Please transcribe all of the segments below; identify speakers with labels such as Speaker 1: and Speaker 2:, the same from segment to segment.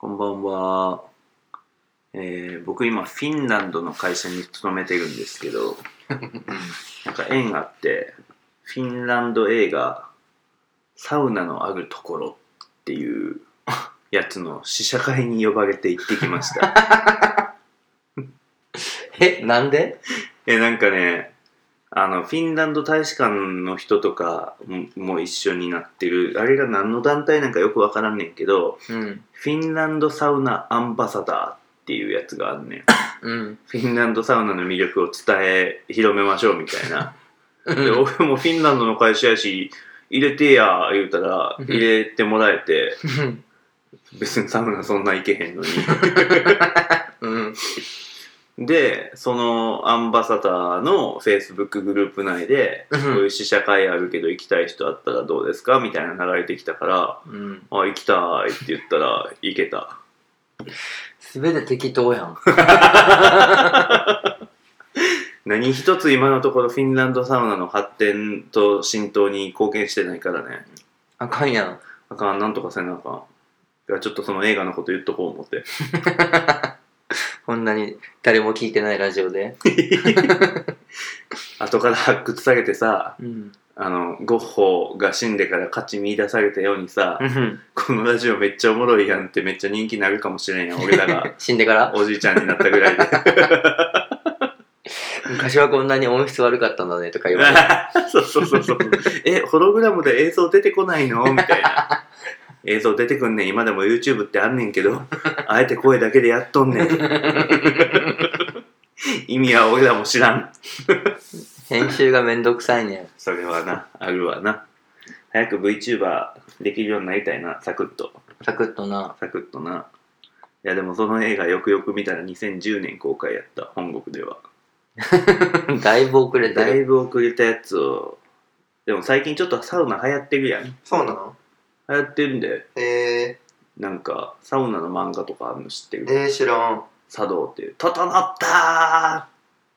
Speaker 1: こんばんは。えー僕今フィンランドの会社に勤めてるんですけど、なんか縁あって、フィンランド映画、サウナのあるところっていう やつの試写会に呼ばれて行ってきました。
Speaker 2: え、なんで
Speaker 1: え、なんかね、あの、フィンランド大使館の人とかもも一緒になってる、あれが何の団体なんかよくわからんねんけど、
Speaker 2: うん。
Speaker 1: フィンランドサウナアンバサダーっていうやつがあんねん。
Speaker 2: うん。
Speaker 1: フィンランドサウナの魅力を伝え広めましょうみたい なで
Speaker 2: う
Speaker 1: 俺もフィンランドの会社やし入れてや言うたら
Speaker 2: うん
Speaker 1: 入れてもらえ て
Speaker 2: ん。
Speaker 1: 別にサウナそんな行けへんの
Speaker 2: うん。
Speaker 1: にでそのアンバサダーのフェイスブックグループ内で
Speaker 2: うん
Speaker 1: こういう試写会あるけど行きたい人あったらどうですかみたいなの流れてきたから
Speaker 2: うん。
Speaker 1: 「あ行きたい」って言ったら行けた
Speaker 2: すべて適当やん。
Speaker 1: 何一つ今のところフィンランドサウナの発展と浸透に貢献してないからね
Speaker 2: あかんやん。
Speaker 1: あかん、なんとかせなあかん。いや、ちょっとその映画のこと言っとこう思って。
Speaker 2: こんなに誰も聞いてないラジオで。
Speaker 1: 後から 発掘されてさ、
Speaker 2: うん。
Speaker 1: あの、ゴッホが死んでから価値見出されたようにさ、
Speaker 2: うん。
Speaker 1: このラジオめっちゃおもろいやんってめっちゃ人気になるかもしれんやん、俺らが
Speaker 2: 死んでから
Speaker 1: おじいちゃんになったぐらいで。
Speaker 2: 昔はこんなに音質悪かったんだねとか言われて。
Speaker 1: そうそうそうそう。え、ホログラムで映像出てこないのみたいな。映像出てくんねん、今でも YouTube ってあんねんけど、あえて声だけでやっとんねん。意味は俺らも知らん。
Speaker 2: 編集がめんどくさいね
Speaker 1: それはな、あるわな。早く VTuber できるようになりたいな、サクッと。
Speaker 2: ん。サクッとな。
Speaker 1: サクッとな。いや、でもその映画よくよく見たら2010年公開やった、本国では。
Speaker 2: だいぶ遅れて
Speaker 1: だ
Speaker 2: る。
Speaker 1: いぶ遅れたやつを。でも最近ちょっとサウナ流行ってるやん。流
Speaker 2: そうなの
Speaker 1: 行ってるんで、
Speaker 2: え
Speaker 1: なんか、サウナの漫画とかあるの知ってる。
Speaker 2: え知らん。
Speaker 1: 茶道っていう、整ったーっ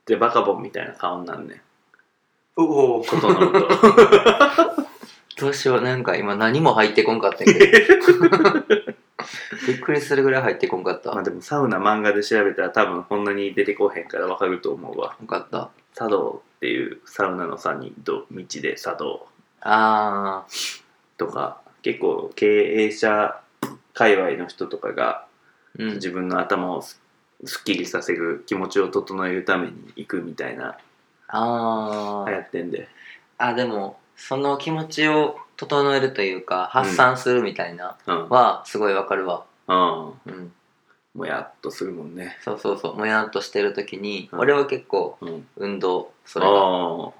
Speaker 1: てバカボンみたいな顔になんねん。
Speaker 2: おお。
Speaker 1: 整う と。
Speaker 2: どうしよう、なんか今何も入ってこんかったんやけど。 びっくりするぐらい入ってこんかった。
Speaker 1: まあ
Speaker 2: よ
Speaker 1: でもサウナ漫画で調べたら多分こんなに出てこへんからわかると思うわ。
Speaker 2: かった。
Speaker 1: 茶道っていうサウナのさにど道で茶道
Speaker 2: あ
Speaker 1: とか結構経営者界隈の人とかが
Speaker 2: ー。うん。
Speaker 1: 自分の頭をすすっきりさせる気持ちを整えるために行くみたいな
Speaker 2: あ
Speaker 1: 流
Speaker 2: ー
Speaker 1: 行ってんで
Speaker 2: あでもその気持ちを整えるというか発散するみたいな
Speaker 1: うん、うん、
Speaker 2: はすごいわかるわ
Speaker 1: も
Speaker 2: うん
Speaker 1: やっとするもんね
Speaker 2: そうそうそうもやっとしてる時に、
Speaker 1: うん
Speaker 2: 俺は結構
Speaker 1: うん
Speaker 2: 運動それが
Speaker 1: ああ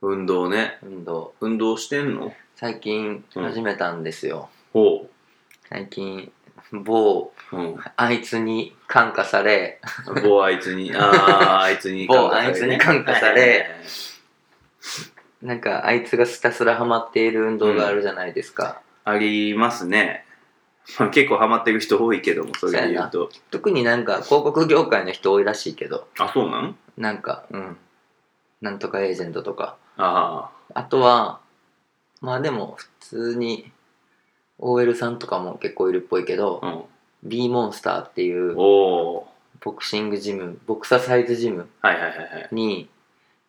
Speaker 1: 運動ね
Speaker 2: 運動
Speaker 1: 運動してんの
Speaker 2: 最近始めたんですよ、
Speaker 1: ほ
Speaker 2: 最近某
Speaker 1: ううん
Speaker 2: あいつに感化され
Speaker 1: 某あいつにあああいつに
Speaker 2: 某あいつに感化され
Speaker 1: はいはいはい
Speaker 2: なんかあいつがひたすらハマっている運動があるじゃないですか、
Speaker 1: ありますね。まあ、結構ハマってる人多いけども、それで言うと。
Speaker 2: 特になんか広告業界の人多いらしいけど
Speaker 1: あ、そうなん
Speaker 2: なんかうんなんとかエージェントとか
Speaker 1: あ
Speaker 2: あとは、まあでも普通に OL さんとかも結構いるっぽいけど
Speaker 1: あ、、うん。
Speaker 2: B モンスターっていう
Speaker 1: おお
Speaker 2: ボクシングジム、ボクササイズジム
Speaker 1: はいはいはいはい。
Speaker 2: に、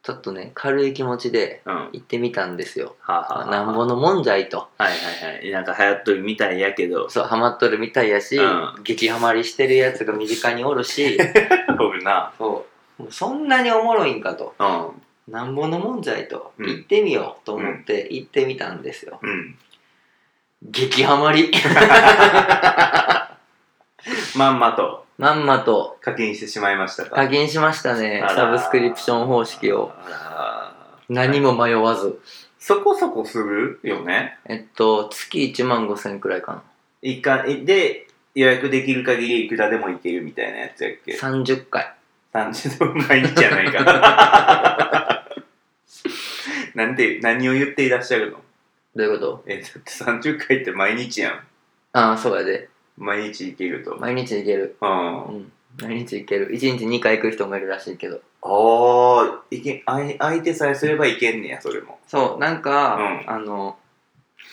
Speaker 2: ちょっとね、軽い気持ちで
Speaker 1: うん。は
Speaker 2: 行ってみたんですよ。
Speaker 1: あ、はあ、はあ
Speaker 2: なんぼのもんじゃいと。
Speaker 1: はいはいはい。なんか流行っとるみたいやけど、
Speaker 2: そう、ハマっとるみたいやし、
Speaker 1: うん
Speaker 2: 激ハマりしてるやつが身近にお るし、
Speaker 1: そうな。
Speaker 2: そう、もうそんなにおもろいんかと。
Speaker 1: うん。
Speaker 2: なんぼのもんじゃいと。
Speaker 1: うん
Speaker 2: 行ってみようと思って行ってみたんですよ。
Speaker 1: うん。
Speaker 2: 激ハマり。
Speaker 1: まんまと
Speaker 2: まんまと
Speaker 1: 課金してしまいましたか。
Speaker 2: 課金しましたね
Speaker 1: あら
Speaker 2: サブスクリプション方式を
Speaker 1: あら
Speaker 2: 何も迷わず
Speaker 1: そこそこするよね。
Speaker 2: えっと月1万5000くらいか
Speaker 1: 一回、で、予約できる限りいくらでも行けるみたいなやつやっ
Speaker 2: な
Speaker 1: け。
Speaker 2: 30回
Speaker 1: 30度毎日じゃないかなんで何を言っていらっしゃるの
Speaker 2: どういうこと
Speaker 1: えだって30回って毎日やん
Speaker 2: ああそうやで
Speaker 1: 毎日行けるとうん
Speaker 2: 毎日行けるう
Speaker 1: あ
Speaker 2: ん毎日行ける1日2回行く人もいるらしいけど
Speaker 1: あいけあい相手さえすればいけんねやそれも
Speaker 2: そうなんか、
Speaker 1: うん
Speaker 2: あの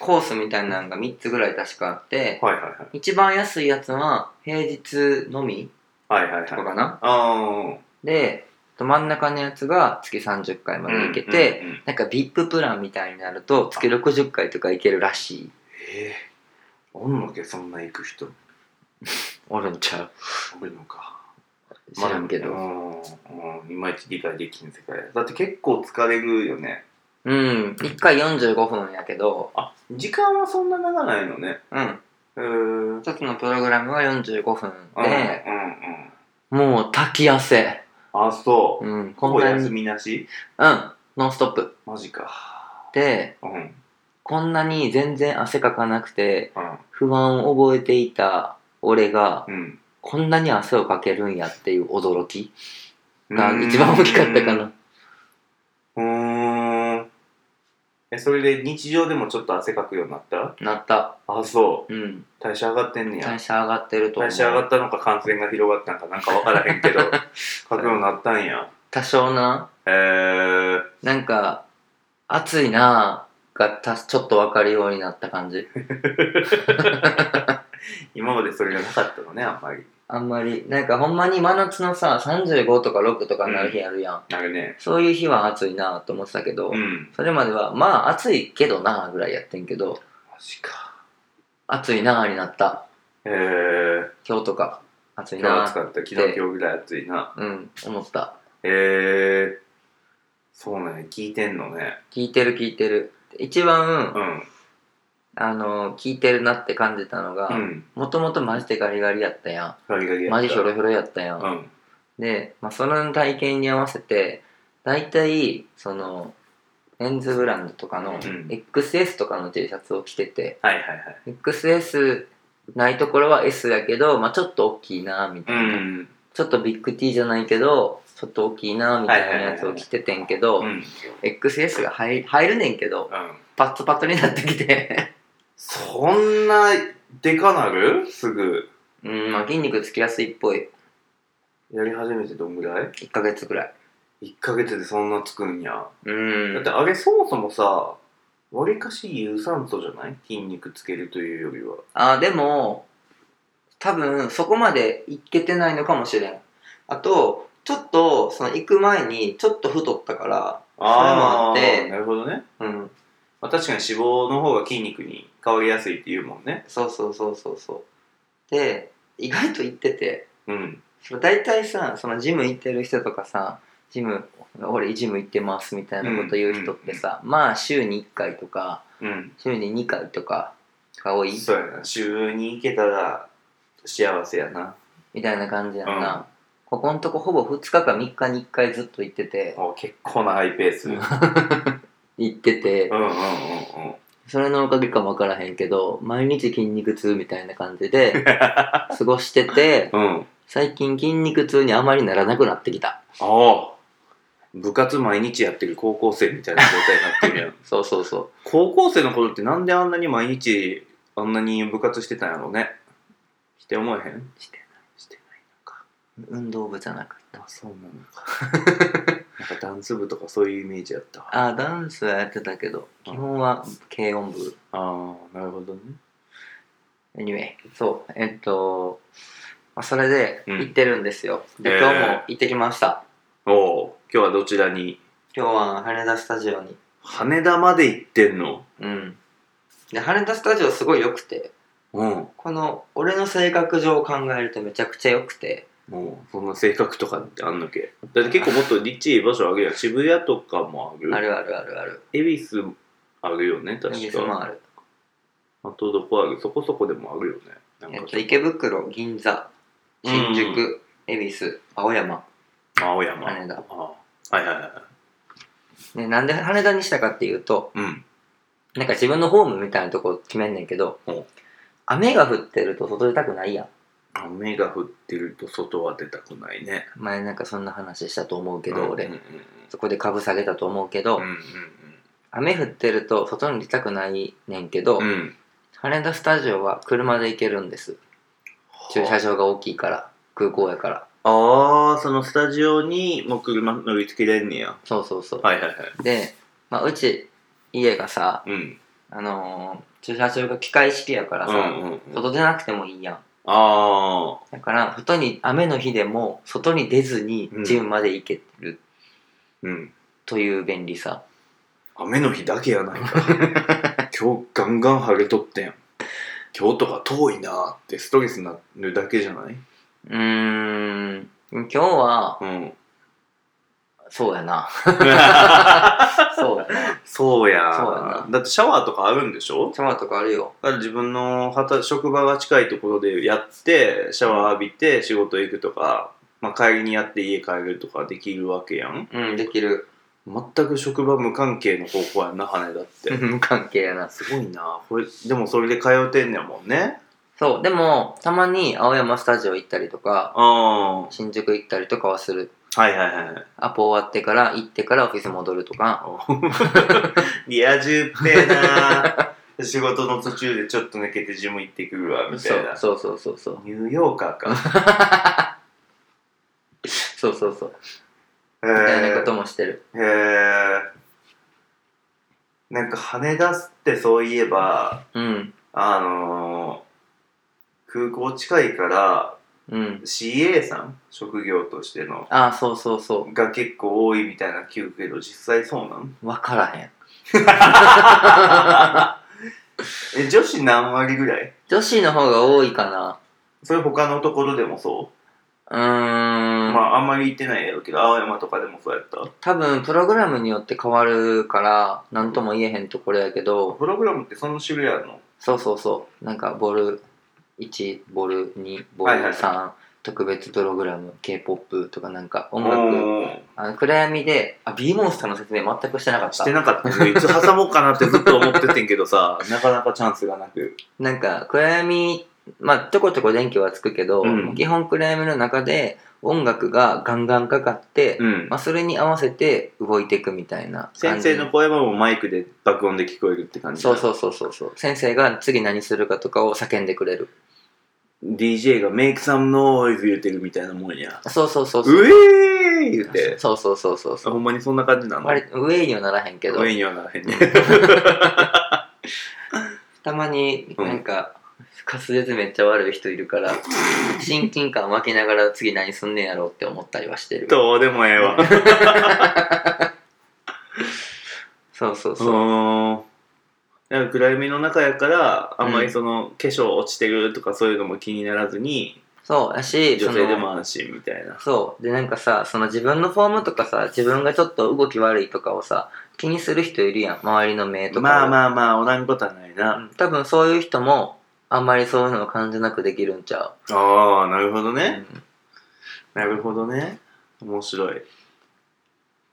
Speaker 2: コースみたいなのが3つぐらい確かあって、
Speaker 1: はいはいはい。
Speaker 2: 一番安いやつは平日のみ
Speaker 1: はいはい
Speaker 2: と
Speaker 1: は
Speaker 2: か
Speaker 1: い。
Speaker 2: かな。
Speaker 1: あ
Speaker 2: で、真ん中のやつが月30回
Speaker 1: あ。
Speaker 2: まで行けて、
Speaker 1: うんうんうん
Speaker 2: なんか VIP プランみたいになると月60回とか行けるらしい。
Speaker 1: えー、おんのけ、そんな行く人。
Speaker 2: おるんちゃう
Speaker 1: おるのか。
Speaker 2: 知らんけど。
Speaker 1: まあうんうんいまいち理解できん世界。だって結構疲れるよね。
Speaker 2: うん。1回45分やけど、
Speaker 1: あ、時間はそんな長ないのね。
Speaker 2: うん。
Speaker 1: へえー。
Speaker 2: 一つのプログラムは45分
Speaker 1: うんうん
Speaker 2: で、
Speaker 1: うん。
Speaker 2: もう滝汗。
Speaker 1: あ、そう。
Speaker 2: うん。
Speaker 1: ほ
Speaker 2: こ
Speaker 1: ぼ
Speaker 2: んなに、う
Speaker 1: 休
Speaker 2: ん。
Speaker 1: みなし
Speaker 2: ノンストップ。
Speaker 1: マジか。
Speaker 2: で、
Speaker 1: うん。うん。
Speaker 2: こんなに全然汗かかなくて不安を覚えていた俺が
Speaker 1: うん。
Speaker 2: こんなに汗をかけるんやっていう驚きが一番大きかったかな。
Speaker 1: うーん。え、それで日常でもちょっと汗かくようになった
Speaker 2: なった。
Speaker 1: あ、そう。
Speaker 2: うん。
Speaker 1: 代謝上がってんねや
Speaker 2: 代。謝上がってると思
Speaker 1: 代謝上が
Speaker 2: う。
Speaker 1: ったのか感染が広がったのかなんかわからへんけ ど、かくようになったんや。
Speaker 2: 多少な、
Speaker 1: えー、
Speaker 2: なんか暑いなぁがたちょっとわかるようになった感じ。
Speaker 1: 今までそれがなかったのね、あんまり。
Speaker 2: あんまり、なんかほんまに真夏のさ、35とか6とかになる日あるやん。
Speaker 1: あれね。
Speaker 2: そういう日は暑いなぁと思ってたけど、
Speaker 1: うん。
Speaker 2: それまではまあ暑いけどなぁぐらいやってんけど、
Speaker 1: マジか。
Speaker 2: 暑いなぁになった。
Speaker 1: えー、
Speaker 2: 今日とか暑い
Speaker 1: 今日
Speaker 2: な
Speaker 1: 暑か
Speaker 2: ぁ
Speaker 1: った。昨日今日ぐらい暑いな。
Speaker 2: うん思った
Speaker 1: えー、そうなんや、聞いてんのね。
Speaker 2: 聞いてる聞いてる一番、
Speaker 1: うん。
Speaker 2: あの聞いてるなって感じたのが
Speaker 1: うん。
Speaker 2: もともとマジでガリガリやったや
Speaker 1: ガリガリ
Speaker 2: ん
Speaker 1: やった
Speaker 2: マジヒョロヒョロやったやん、
Speaker 1: うん。
Speaker 2: で、まあ、その体験に合わせて大体そのメンズブランドとか
Speaker 1: う
Speaker 2: の
Speaker 1: ん
Speaker 2: XS とかの T シャツを着てて、
Speaker 1: はいはいはい。
Speaker 2: XS ないところは S やけど、まあ、ちょっと大きいなみた
Speaker 1: う
Speaker 2: いな、
Speaker 1: ん。
Speaker 2: ちょっとビッグ T じゃないけどちょっと大きいなみたいなやつを着ててんけど、
Speaker 1: うん。うん。
Speaker 2: XS が入入るねんけどパッとパッとになってきて
Speaker 1: そんな、でかなるすぐ。
Speaker 2: うん まあ筋肉つきやすいっぽい
Speaker 1: やり始めてどんぐらい
Speaker 2: 1ヶ月ぐらい
Speaker 1: ?1 ヶ月でそんなつくんや。
Speaker 2: う
Speaker 1: だっ
Speaker 2: ん
Speaker 1: てあれそもそもさ、わりかし有酸素じゃない筋肉つけるというよりは。
Speaker 2: あでも多分そこまでいけてないのかもしれんあとちょっとその行く前にちょっと太ったからあー
Speaker 1: それもあってなるほどね。
Speaker 2: うん
Speaker 1: まあ、確かに脂肪の方が筋肉に変わりやすいって言うもんね。
Speaker 2: そうそうそうそうそうで意外と行ってて
Speaker 1: うん。
Speaker 2: その大体さそのジム行ってる人とかさジム俺ジム行ってますみたいなこと言う人ってさ、まあ週に1回とか
Speaker 1: うん。
Speaker 2: 週に2回とかが多い
Speaker 1: そうやな。週に行けたら幸せやな。
Speaker 2: みたいな感じやんな、
Speaker 1: うん
Speaker 2: ここのとこほぼ2日か3日に1回ずっと行ってて
Speaker 1: お結構なハイペース。うんうん
Speaker 2: 行ってて
Speaker 1: うんうんうん。
Speaker 2: それのおかげかもわからへんけど毎日筋肉痛みたいな感じで過ごしてて
Speaker 1: うん。
Speaker 2: 最近筋肉痛にあまりならなくなってきた
Speaker 1: ああ部活毎日やってる高校生みたいな状態になってるやん
Speaker 2: そうそうそ
Speaker 1: 高校生の頃ってなんであんなに毎日あんなに部活してたんやろうねして思えへん
Speaker 2: して
Speaker 1: してないう
Speaker 2: 運動部じゃなかった
Speaker 1: そうなのかなんかダンス部とかそういうイメージやったあ
Speaker 2: あダンスはやってたけど基本は軽音部
Speaker 1: あなるほどね
Speaker 2: anyway そうえっとまあそれで
Speaker 1: うん
Speaker 2: 行ってるんですよ、で
Speaker 1: へえ
Speaker 2: 今日も行ってきました
Speaker 1: おお今日はどちらに
Speaker 2: 今日は羽田スタジオに
Speaker 1: 羽田まで行ってんの
Speaker 2: うん。で、羽田スタジオすごい良くて、
Speaker 1: うん
Speaker 2: この、俺の性格上考えるとめちゃくちゃ良くて、
Speaker 1: もうそんな性格とかってあんのけだって結構もっとリッチい場所あるやん渋谷とかもある
Speaker 2: あるあるあるある。
Speaker 1: 恵比寿あるよね確か
Speaker 2: 恵比寿もある。
Speaker 1: あとどこあるそこそこでもあるよね。なん
Speaker 2: えっ
Speaker 1: か
Speaker 2: と、池袋、銀座、新宿、恵比寿、青山。
Speaker 1: 青山。
Speaker 2: 羽田
Speaker 1: ああはいはいはい。
Speaker 2: ね、なんで羽田にしたかっていうと、
Speaker 1: うん。
Speaker 2: なんか自分のホームみたいなとこ決めんねんけど
Speaker 1: うん、
Speaker 2: 雨が降ってると外出たくないやん。
Speaker 1: 雨が降ってると外は出たくないね。
Speaker 2: 前なんかそんな話したと思うけ
Speaker 1: け
Speaker 2: ど、俺。
Speaker 1: うんうん
Speaker 2: そこで株下げたと思うけど、
Speaker 1: うん。うん
Speaker 2: 雨降ってると外に出たくないねんけど、
Speaker 1: うんうん。うん。
Speaker 2: 羽田スタジオは車で行けるんです駐車
Speaker 1: 場。
Speaker 2: 場が大きいから空港やから
Speaker 1: ああ、そのスタジオにもう車乗りつけれんねや。
Speaker 2: そうそうそう、
Speaker 1: はいはいはい。
Speaker 2: で、まあ、うち家がさ
Speaker 1: うん。
Speaker 2: あのー駐車場が機械式やからさ、
Speaker 1: うんうんうん、
Speaker 2: 外出なくてもいいやん
Speaker 1: あ
Speaker 2: だから外に雨の日でも外に出ずに
Speaker 1: うん
Speaker 2: ジムまで行ける
Speaker 1: ーうん
Speaker 2: という便利さ、
Speaker 1: 雨の日だけや ないか今日ガンガン晴れとってん今日とか遠いなーってストレスになるだけじゃないう
Speaker 2: ーん今日は
Speaker 1: うん
Speaker 2: そうや なそうやな
Speaker 1: そうや
Speaker 2: そうやな
Speaker 1: だってシャワーとかあるんでしょ
Speaker 2: シャワーとかあるよ
Speaker 1: だから自分の働職場が近いところでやってシャワー浴びて仕事行くとか、まあ、帰りにやって家帰るとかできるわけやん
Speaker 2: うんできる
Speaker 1: 全く職場無関係の高校やんな羽田って
Speaker 2: 無関係やな
Speaker 1: すごいなこれでもそれで通ってんねんもんね
Speaker 2: そうでもたまに青山スタジオ行ったりとか
Speaker 1: あ
Speaker 2: 新宿行ったりとかはする
Speaker 1: あはいはいはい
Speaker 2: アポ終わってから行ってからオフィス戻るとか
Speaker 1: リア充っぺえ な仕事の途中でちょっと抜けてジム行ってくるわみた
Speaker 2: そ
Speaker 1: いな
Speaker 2: うそうそうそうそう
Speaker 1: ニューヨーカーか
Speaker 2: そうそうそう
Speaker 1: え
Speaker 2: みたいな
Speaker 1: ー
Speaker 2: こともしてる
Speaker 1: へえなんか羽田ってそういえば
Speaker 2: うん
Speaker 1: あのー空港近いから
Speaker 2: うん
Speaker 1: CA さん職業としての
Speaker 2: ああそうそうそ
Speaker 1: が結構多いみたいな聞くけど実際そうなん
Speaker 2: う分からへん
Speaker 1: え女子何割ぐらい
Speaker 2: 女子の方が多いかな
Speaker 1: それ他のところでもそう
Speaker 2: ーん、
Speaker 1: まああんまり行ってないやろうけど青山とかでもそうやった
Speaker 2: 多分プログラムによって変わるから何とも言えへんところやけど
Speaker 1: プログラムってその種類あるの
Speaker 2: そうそうそうなんかボル1ボル2ボル
Speaker 1: はい
Speaker 2: 3、
Speaker 1: はい
Speaker 2: 特別プログラム k p o p とかなんか音楽
Speaker 1: おー
Speaker 2: あの暗闇であ B モンスターの説明全くしてなかっ
Speaker 1: したてなかった ねいつ挟もうかなってずっと思っててんけどさなかなかチャンスがなく
Speaker 2: なんか暗闇まあちょこちょこ電気はつくけど、
Speaker 1: うん
Speaker 2: 基本暗闇の中で音楽がガンガンかかって、
Speaker 1: うん
Speaker 2: まあ、それに合わせて動いていくみたいな
Speaker 1: 先
Speaker 2: 感じ
Speaker 1: 生の声もマイクで爆音で聞こえるって感じ
Speaker 2: そうそうそうそうそう先生が次何するかとかを叫んでくれる
Speaker 1: DJ が「Make some noise」言うてるみたいなもんや
Speaker 2: そうそうそう
Speaker 1: 「う
Speaker 2: そう
Speaker 1: えー!」言うて
Speaker 2: そうそうそうそう
Speaker 1: あ
Speaker 2: そう
Speaker 1: ほんまにそんな感じなの
Speaker 2: 割と上にはならへんけど
Speaker 1: 上にはならへん ね
Speaker 2: たまに
Speaker 1: うん
Speaker 2: なんか、滑舌めっちゃ悪い人い るから親近感湧きながら次何すんねんやろうって思ったりはしてる
Speaker 1: どうでもええわ
Speaker 2: そうそう
Speaker 1: う
Speaker 2: そう、
Speaker 1: ーんなんか暗闇の中やからあんまりその、化粧落ちてるとかそういうのも気にならずに
Speaker 2: そうやし
Speaker 1: 女性で
Speaker 2: その
Speaker 1: も安心みたいな
Speaker 2: そうでなんかさその自分のフォームとかさ自分がちょっと動き悪いとかをさ気にする人いるやん周りの目とかを
Speaker 1: まあまあまあおらんことはないな
Speaker 2: うん多分そういう人もあんまりそういうのを感じなくできるんちゃ
Speaker 1: ああなるほど
Speaker 2: う、
Speaker 1: ね、
Speaker 2: うん
Speaker 1: なるほどね面白い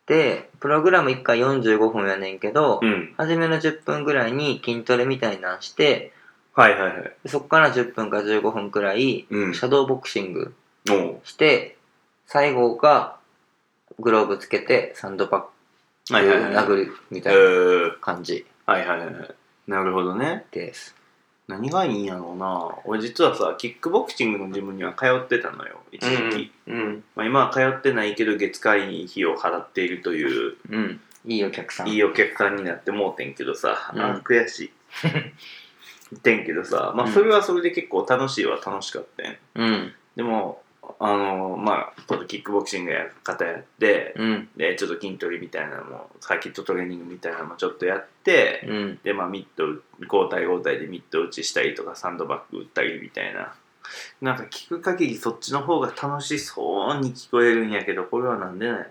Speaker 2: でプログラム1回45分やねんけど、
Speaker 1: うん
Speaker 2: 初めの10分ぐらいに筋トレみたいなんして
Speaker 1: はいはいはい
Speaker 2: そっから10分か15分くらい
Speaker 1: うん
Speaker 2: シャドーボクシング
Speaker 1: おう
Speaker 2: して最後がグローブつけてサンドバッグ
Speaker 1: はいはいはい
Speaker 2: 殴るみたいな
Speaker 1: えー
Speaker 2: 感じ
Speaker 1: はいはいはいはいなるほどね
Speaker 2: です、
Speaker 1: 何がいいんやろうな俺実はさキックボクシングのジムには通ってたのよ一時期、
Speaker 2: うん
Speaker 1: まあ、今は通ってないけど月会費を払っているという
Speaker 2: うんいいお客さん
Speaker 1: いいお客さんになってもうてんけどさ、
Speaker 2: うん
Speaker 1: あ悔しいてんけどさまあそれはそれで結構楽しいは楽しかったん
Speaker 2: うん
Speaker 1: でもあのまあちょっとキックボクシングや方やって、
Speaker 2: うん
Speaker 1: でちょっと筋トレみたいなのもサーキットトレーニングみたいなのもちょっとやって、
Speaker 2: うん
Speaker 1: でまあミット交代交代でミット打ちしたりとかサンドバッグ打ったりみたいななんか聞く限りそっちの方が楽しそうに聞こえるんやけどこれはなんでなんやろ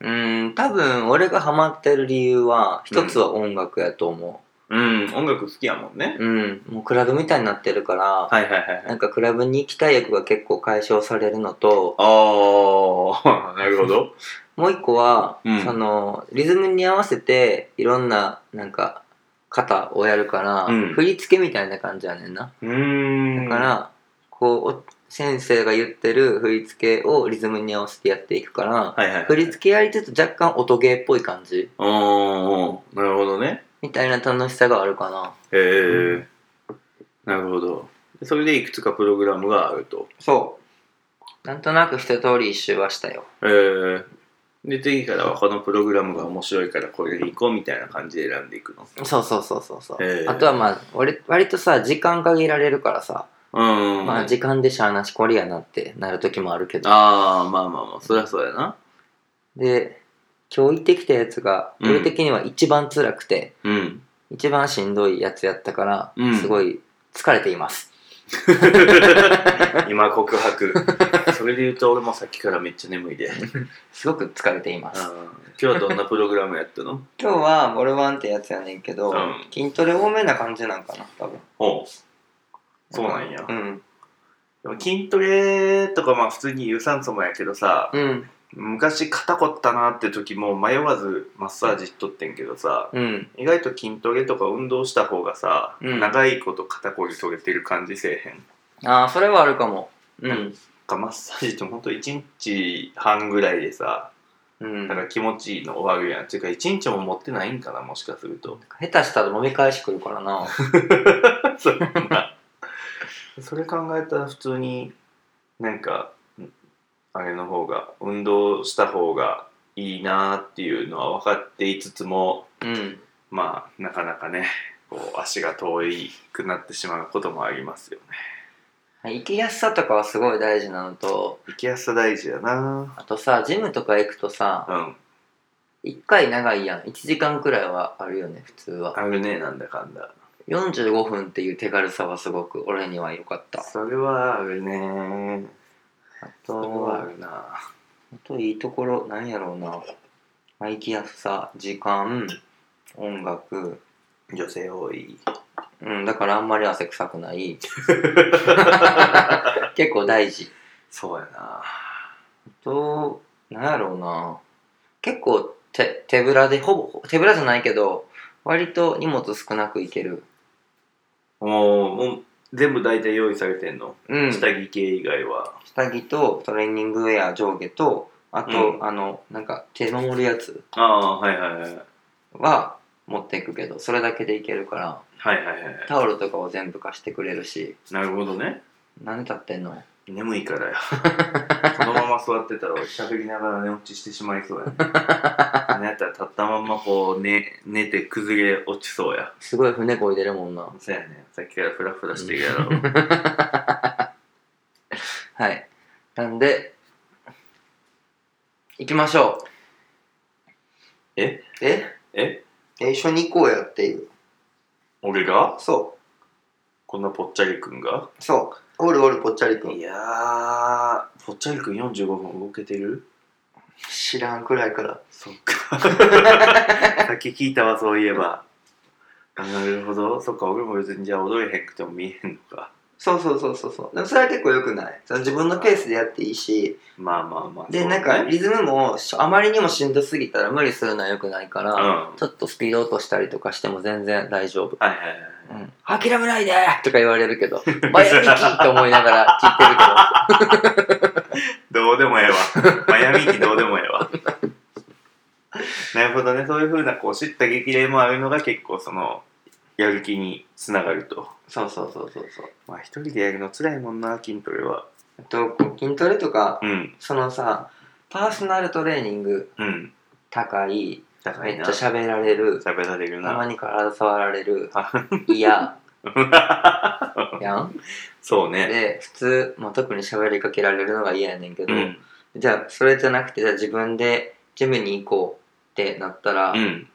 Speaker 2: うん多分俺がハマってる理由は一つは音楽やと思
Speaker 1: うなうん音楽好きやもんね
Speaker 2: ううんもうクラブみたいになってるから
Speaker 1: はいはいはいはい
Speaker 2: なんかクラブに行きたい欲が結構解消されるのと、
Speaker 1: ああ なるほど
Speaker 2: もう一個は、
Speaker 1: うん
Speaker 2: その、リズムに合わせて、いろんな、なんか、型をやるから、
Speaker 1: うん
Speaker 2: 振り付けみたいな感じやねんな。
Speaker 1: うー
Speaker 2: だ
Speaker 1: ん
Speaker 2: から、こうお、先生が言ってる振り付けをリズムに合わせてやっていくから、
Speaker 1: はいはい
Speaker 2: 振り付けやりつつ若干音ゲーっぽい感じ
Speaker 1: おーおーなるほどね
Speaker 2: みたいな楽しさがあるかな。
Speaker 1: へえなるほどそれでいくつかプログラムがあると
Speaker 2: そう。なんとなく一通り一周はしたよ。
Speaker 1: えー、で次からはこのプログラムが面白いからこれで行こうみたいな感じで選んでいくの
Speaker 2: そうそうそうそうそう、
Speaker 1: ええ
Speaker 2: あとはまあ割割とさ時間限られるからさ、
Speaker 1: うん、
Speaker 2: まあ時間でしゃあなしこれやなってなる時もあるけど
Speaker 1: ああまあまあまあそりゃそうやな
Speaker 2: で今日行ってきたやつが
Speaker 1: うん
Speaker 2: 俺的には一番辛くて、
Speaker 1: うん
Speaker 2: 一番しんどいやつやったから、
Speaker 1: うん
Speaker 2: すごい疲れています
Speaker 1: 今告白 それで言うと俺もさっきからめっちゃ眠いで、うん
Speaker 2: すごく疲れています
Speaker 1: 今日はどんなプログラムやったの
Speaker 2: 今日はボルワンってやつやねんけど、
Speaker 1: うん
Speaker 2: 筋トレ多めな感じなんかな多分
Speaker 1: おうそうなんや
Speaker 2: うん
Speaker 1: でも筋トレとかまあ普通に有酸素もやけどさ
Speaker 2: うん
Speaker 1: 昔肩こったなって時も迷わずマッサージしとってんけどさ
Speaker 2: うん
Speaker 1: 意外と筋トレとか運動した方がさ、
Speaker 2: うん
Speaker 1: 長いこと肩こり取れてる感じせえへん
Speaker 2: ああそれはあるかもうん
Speaker 1: かマッサージってほんと1日半ぐらいでさ
Speaker 2: うん、
Speaker 1: だから気持ちいいの終わるやんていうか1日も持ってないんかなもしかする と
Speaker 2: 下手したら飲み返し来るからな
Speaker 1: そんなそれ考えたら普通になんかんあれの方が運動した方がいいなっていうのは分かっていつつも
Speaker 2: うん
Speaker 1: まあなかなかねこう足が遠いくなってしまうこともありますよね
Speaker 2: 生きやすさとかはすごい大事なのと
Speaker 1: 行きやすさ大事だな
Speaker 2: あとさジムとか行くとさ
Speaker 1: うん
Speaker 2: 1回長いやん1時間くらいはあるよね普通は
Speaker 1: あるねなんだかんだ
Speaker 2: 45分っていう手軽さはすごく俺には良かった
Speaker 1: それはあるね
Speaker 2: あ
Speaker 1: それ
Speaker 2: と
Speaker 1: はあ
Speaker 2: あ
Speaker 1: るな
Speaker 2: といいところなんやろうなまあ生きやすさ時間音楽
Speaker 1: 女性多い
Speaker 2: うんだからあんまり汗臭くない 結構大事
Speaker 1: そうやな
Speaker 2: と、なんやろうな。結構手、手ぶらで、ほぼ、手ぶらじゃないけど、割と荷物少なくいける。
Speaker 1: もうもう全部大体用意されてんの、
Speaker 2: うん。下
Speaker 1: 下着系以外は
Speaker 2: 着とトレーニングウェア上下と、あと、
Speaker 1: うん
Speaker 2: あの、なんか手守るやつ
Speaker 1: ああはいはいはい
Speaker 2: は持っていくけど、それだけでいけるから、
Speaker 1: はいはいはい
Speaker 2: タオルとかを全部貸してくれるし、
Speaker 1: なるほどね
Speaker 2: 何で立ってんの
Speaker 1: 眠い からよこのまま座ってたら俺しゃべりながら寝落ちしてしまいそう やねなんやったら立ったまんまこう寝寝て崩れ落ちそうや
Speaker 2: すごい船こいでるもんな。
Speaker 1: そうやねさっきからフラフラしてるやろ
Speaker 2: はい。なんで、行きましょう。
Speaker 1: え
Speaker 2: え
Speaker 1: え
Speaker 2: え一緒に行こうやっていう。
Speaker 1: 俺が
Speaker 2: そう。
Speaker 1: こんなぽっちゃりくんが
Speaker 2: そう。おるおるぽっちゃりくん。
Speaker 1: いやーぽっちゃりくん45分動けてる
Speaker 2: 知らんくらいから。
Speaker 1: そっ か。さっき聞いたわ、そういえば。なるほど。そっか、俺も別にじゃあ踊れへんくても見えへんのか。
Speaker 2: そうそうそうそうそう。でもそれは結構良くない。その自分のペースでやっていいし、
Speaker 1: まあまあまあ。
Speaker 2: で、
Speaker 1: そう
Speaker 2: な
Speaker 1: ね
Speaker 2: んかリズムもしあまりにもしんどすぎたら無理するのは良くないか
Speaker 1: うん。
Speaker 2: ら、
Speaker 1: は
Speaker 2: ちょっとスピード落としたりとかしても全然大丈夫。
Speaker 1: いはいはい。
Speaker 2: うん、諦めないでとか言われるけど、バイアミキと思いながら聞いてるけど。
Speaker 1: どうで もええわ。マヤミキどうでもええわ。なるほどね。そういうふうな、こう、知った激励もあるのが結構、その、やる気につながると。
Speaker 2: そうそうそうそうそう。
Speaker 1: まあ、一人でやるの辛いもんな、筋トレは。
Speaker 2: あと、こう筋トレとか、
Speaker 1: うん。
Speaker 2: そのさ、パーソナルトレーニング
Speaker 1: うん。
Speaker 2: 高い、
Speaker 1: 高
Speaker 2: め
Speaker 1: い
Speaker 2: っ
Speaker 1: な。
Speaker 2: ちゃ
Speaker 1: 喋
Speaker 2: 喋られる、
Speaker 1: られる
Speaker 2: たま
Speaker 1: な。
Speaker 2: に体触ら れる
Speaker 1: あ、
Speaker 2: いや、やん。
Speaker 1: そうね。
Speaker 2: で普通、まあ、特に喋りかけられるのが嫌やねんけど、
Speaker 1: うん。
Speaker 2: じゃあそれじゃなくてじゃあ自分でジムに行こうってなったら、
Speaker 1: うん。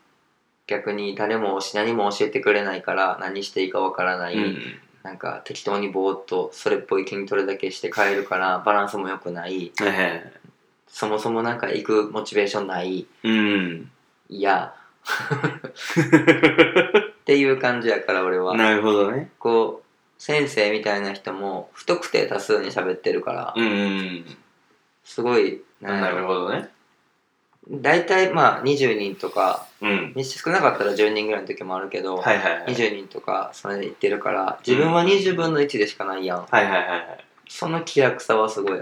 Speaker 2: 逆に誰もし何も教えてくれないから何していいかわからない、
Speaker 1: うん。
Speaker 2: なんか適当にぼーっとそれっぽい筋トレだけして帰るからバランスも良くない
Speaker 1: ええ。
Speaker 2: そもそもなんか行くモチベーションない
Speaker 1: うん。
Speaker 2: いやっていう感じやから俺は
Speaker 1: なるほどね。
Speaker 2: こう先生みたいな人も不特定多数に喋ってるから
Speaker 1: うんうん
Speaker 2: すごい
Speaker 1: うん。
Speaker 2: んやろ
Speaker 1: ほどね。
Speaker 2: 大体まあ20人とか
Speaker 1: うん。
Speaker 2: 少なかったら10人ぐらいの時もあるけど、
Speaker 1: はいはいはい。
Speaker 2: 20人とかそれで行ってるから自分は20分の1でしかないやん、
Speaker 1: はいはいはいはい。
Speaker 2: その気楽さはすごい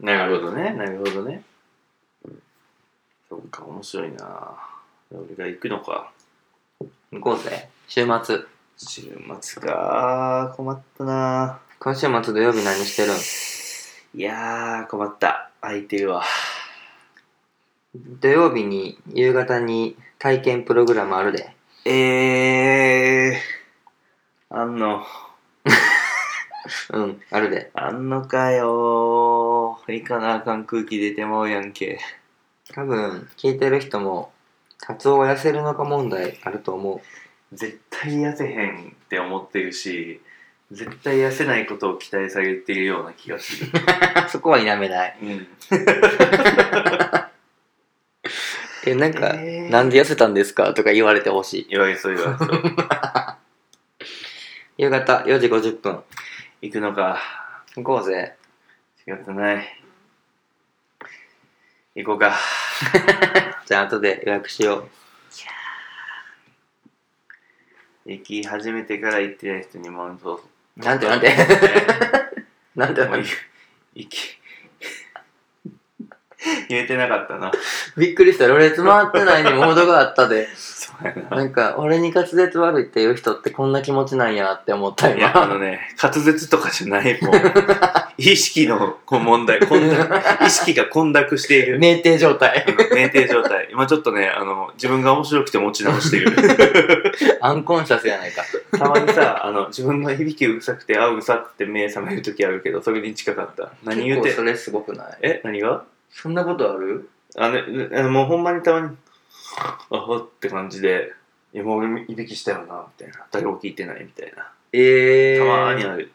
Speaker 1: なるほどね。なるほどね。そうか、面白いな俺が行くのか。
Speaker 2: 行こうぜ週末
Speaker 1: 週末か困ったな
Speaker 2: 今週末土曜日何してるん
Speaker 1: いやー、困った。空いてるわ。
Speaker 2: 土曜日に夕方に体験プログラムあるで。
Speaker 1: えー、あんの、
Speaker 2: うん、あるで。
Speaker 1: あんのかよー。いかなあかん空気出てまうやんけ。
Speaker 2: 多分、聞いてる人も、達夫が痩せるのか問題ある と思
Speaker 1: 絶対痩せへんって思ってるし、絶対痩せないことを期待されているような気がする。
Speaker 2: う。そこは否めない。
Speaker 1: うん。
Speaker 2: え、なんか、
Speaker 1: えー
Speaker 2: なんで痩せたんですかとか言われてほしい。
Speaker 1: 言われそう言われそう。
Speaker 2: 夕方4時50分。
Speaker 1: 行くのか。
Speaker 2: 行こうぜ。
Speaker 1: 仕方ない。行こうか。
Speaker 2: じゃあ後で予約しよ
Speaker 1: 行き始めてから行ってない人にマウントを
Speaker 2: う。なんてなん て。なんてな
Speaker 1: もうんい
Speaker 2: て。
Speaker 1: いき言えてなかったな。
Speaker 2: びっくりした。俺、つまってないにも程があっ たで。
Speaker 1: そうやな。
Speaker 2: なんか、俺に滑舌悪いって言う人ってこんな気持ちなんやって思った
Speaker 1: いや、あ
Speaker 2: 今。
Speaker 1: のね、滑舌とかじゃない、 もう。意識のこう問題、混濁意識が混濁している。
Speaker 2: 酩酊状態。
Speaker 1: 酩酊状態。今ちょっとね、あの、自分が面白くて持ち直している。
Speaker 2: アンコンシャスやないか。
Speaker 1: たまにさ、あの、自分の響きうるさくて、あ、うるさって目覚める時あるけど、それに近かった。何言うて
Speaker 2: 結構そ。れすごくない
Speaker 1: え何が
Speaker 2: そんなことある
Speaker 1: あの、ねあのもうほんまにたまに、あほって感じで、いや、もう俺いびきしたよな、みたいな。誰も聞いてない、みたいな。
Speaker 2: え
Speaker 1: たまーにある。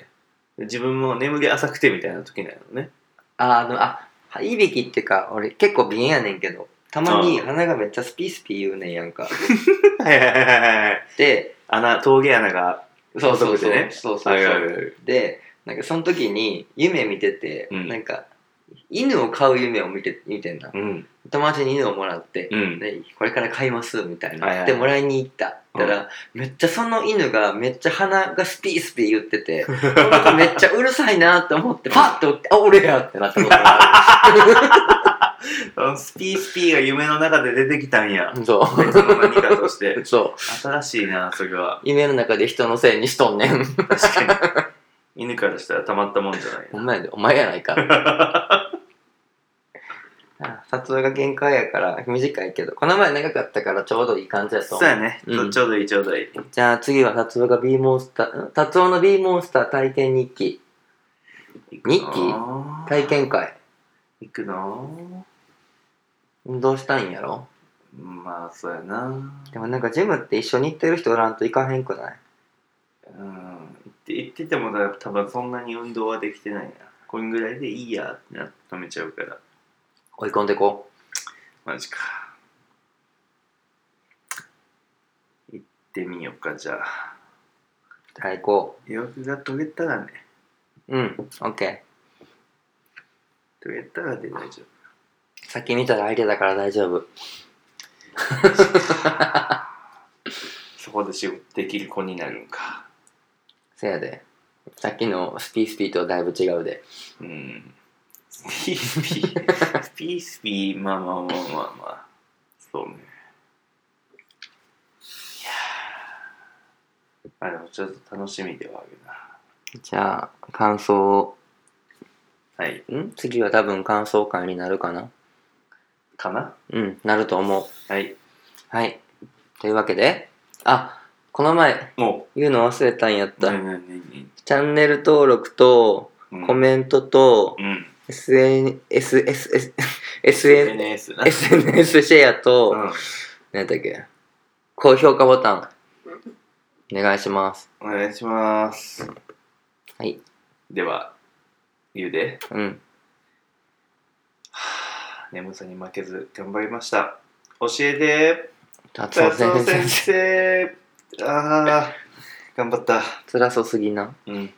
Speaker 1: 自分も眠気浅くてみたいな時なのね。
Speaker 2: あ、あの、あ、いびきってか、俺結構鼻炎やねんけど、たまに
Speaker 1: あー
Speaker 2: 鼻がめっちゃスピースピー言うねんやんか。
Speaker 1: はいはいはいはいはい。
Speaker 2: で、
Speaker 1: 穴、峠穴が、
Speaker 2: そうそ
Speaker 1: 細
Speaker 2: うそう。
Speaker 1: くてね
Speaker 2: そうそう
Speaker 1: ある
Speaker 2: そ
Speaker 1: あ
Speaker 2: う。
Speaker 1: る
Speaker 2: で、なんかその時に夢見てて、
Speaker 1: うん
Speaker 2: なんか、犬を飼う夢を見て、見てんな
Speaker 1: あ。る。うん。
Speaker 2: 友達に犬をもらって、
Speaker 1: うん。
Speaker 2: でこれから買いますみたいな、
Speaker 1: はいはい
Speaker 2: でもらいに行っただから、めっちゃその犬がめっちゃ鼻がスピースピー言っててこの子めっちゃうるさいなと思ってパッと起きて「あ俺や!」ってなったことがあ
Speaker 1: あのスピースピーが夢の中で出てきたんや。
Speaker 2: るそ
Speaker 1: 別の何かとして
Speaker 2: う。そう
Speaker 1: 新しいな、それは。
Speaker 2: 夢の中で人のせいにしとんねん
Speaker 1: 確かに。犬からしたらたまったもんじゃない
Speaker 2: お前でお前やな いかあ撮影が限界やから短いけどこの前長かったからちょうどいい感じや
Speaker 1: そ
Speaker 2: と
Speaker 1: う
Speaker 2: 思う
Speaker 1: やね、
Speaker 2: うん
Speaker 1: ちょうどいいちょうどいい
Speaker 2: じゃあ次は達夫が B モンスターん達夫の B モンスター体験日記日記体験会
Speaker 1: 行くの
Speaker 2: 運動したいんやろ
Speaker 1: まあそうやな
Speaker 2: でもなんかジムって一緒に行ってる人おらんと行かへんくない
Speaker 1: うん行って行っててもだ多分そんなに運動はできてないなこんぐらいでいいやってな止めちゃうから
Speaker 2: 追い込んでこ
Speaker 1: マジか行ってみようかじゃあ
Speaker 2: うじゃあ行こ
Speaker 1: 予約が取れたらね
Speaker 2: ううんオッケ
Speaker 1: 取れたらで大丈
Speaker 2: ーさっき見たら相手だから大丈夫
Speaker 1: 夫そこで仕事できる子になるんか
Speaker 2: せやでさっきのスピースピーとはだいぶ違うで
Speaker 1: うんスピースピースピースピーまあまあまあまあまあそうねいやーまあでもちょっと楽しみではある
Speaker 2: じゃあ感想
Speaker 1: なはい
Speaker 2: をん次は多分感想会になるかな
Speaker 1: かな
Speaker 2: うんなると思う
Speaker 1: はい
Speaker 2: はいというわけであこの前
Speaker 1: も
Speaker 2: 言うの忘れたんやっ
Speaker 1: う
Speaker 2: た、
Speaker 1: ねねねね
Speaker 2: チャンネル登録と
Speaker 1: うん
Speaker 2: コメントと
Speaker 1: うん
Speaker 2: SN SS SN
Speaker 1: SNS な
Speaker 2: SNS シェアと、
Speaker 1: うん
Speaker 2: 何だっけ高評価ボタンお願いします
Speaker 1: お願いします
Speaker 2: はい
Speaker 1: ではゆうで
Speaker 2: うん
Speaker 1: 眠さに負けず頑張りました教えて
Speaker 2: 達夫
Speaker 1: 達夫
Speaker 2: 先
Speaker 1: 先
Speaker 2: 生
Speaker 1: 生ああ頑張った
Speaker 2: 辛そうすぎな
Speaker 1: うん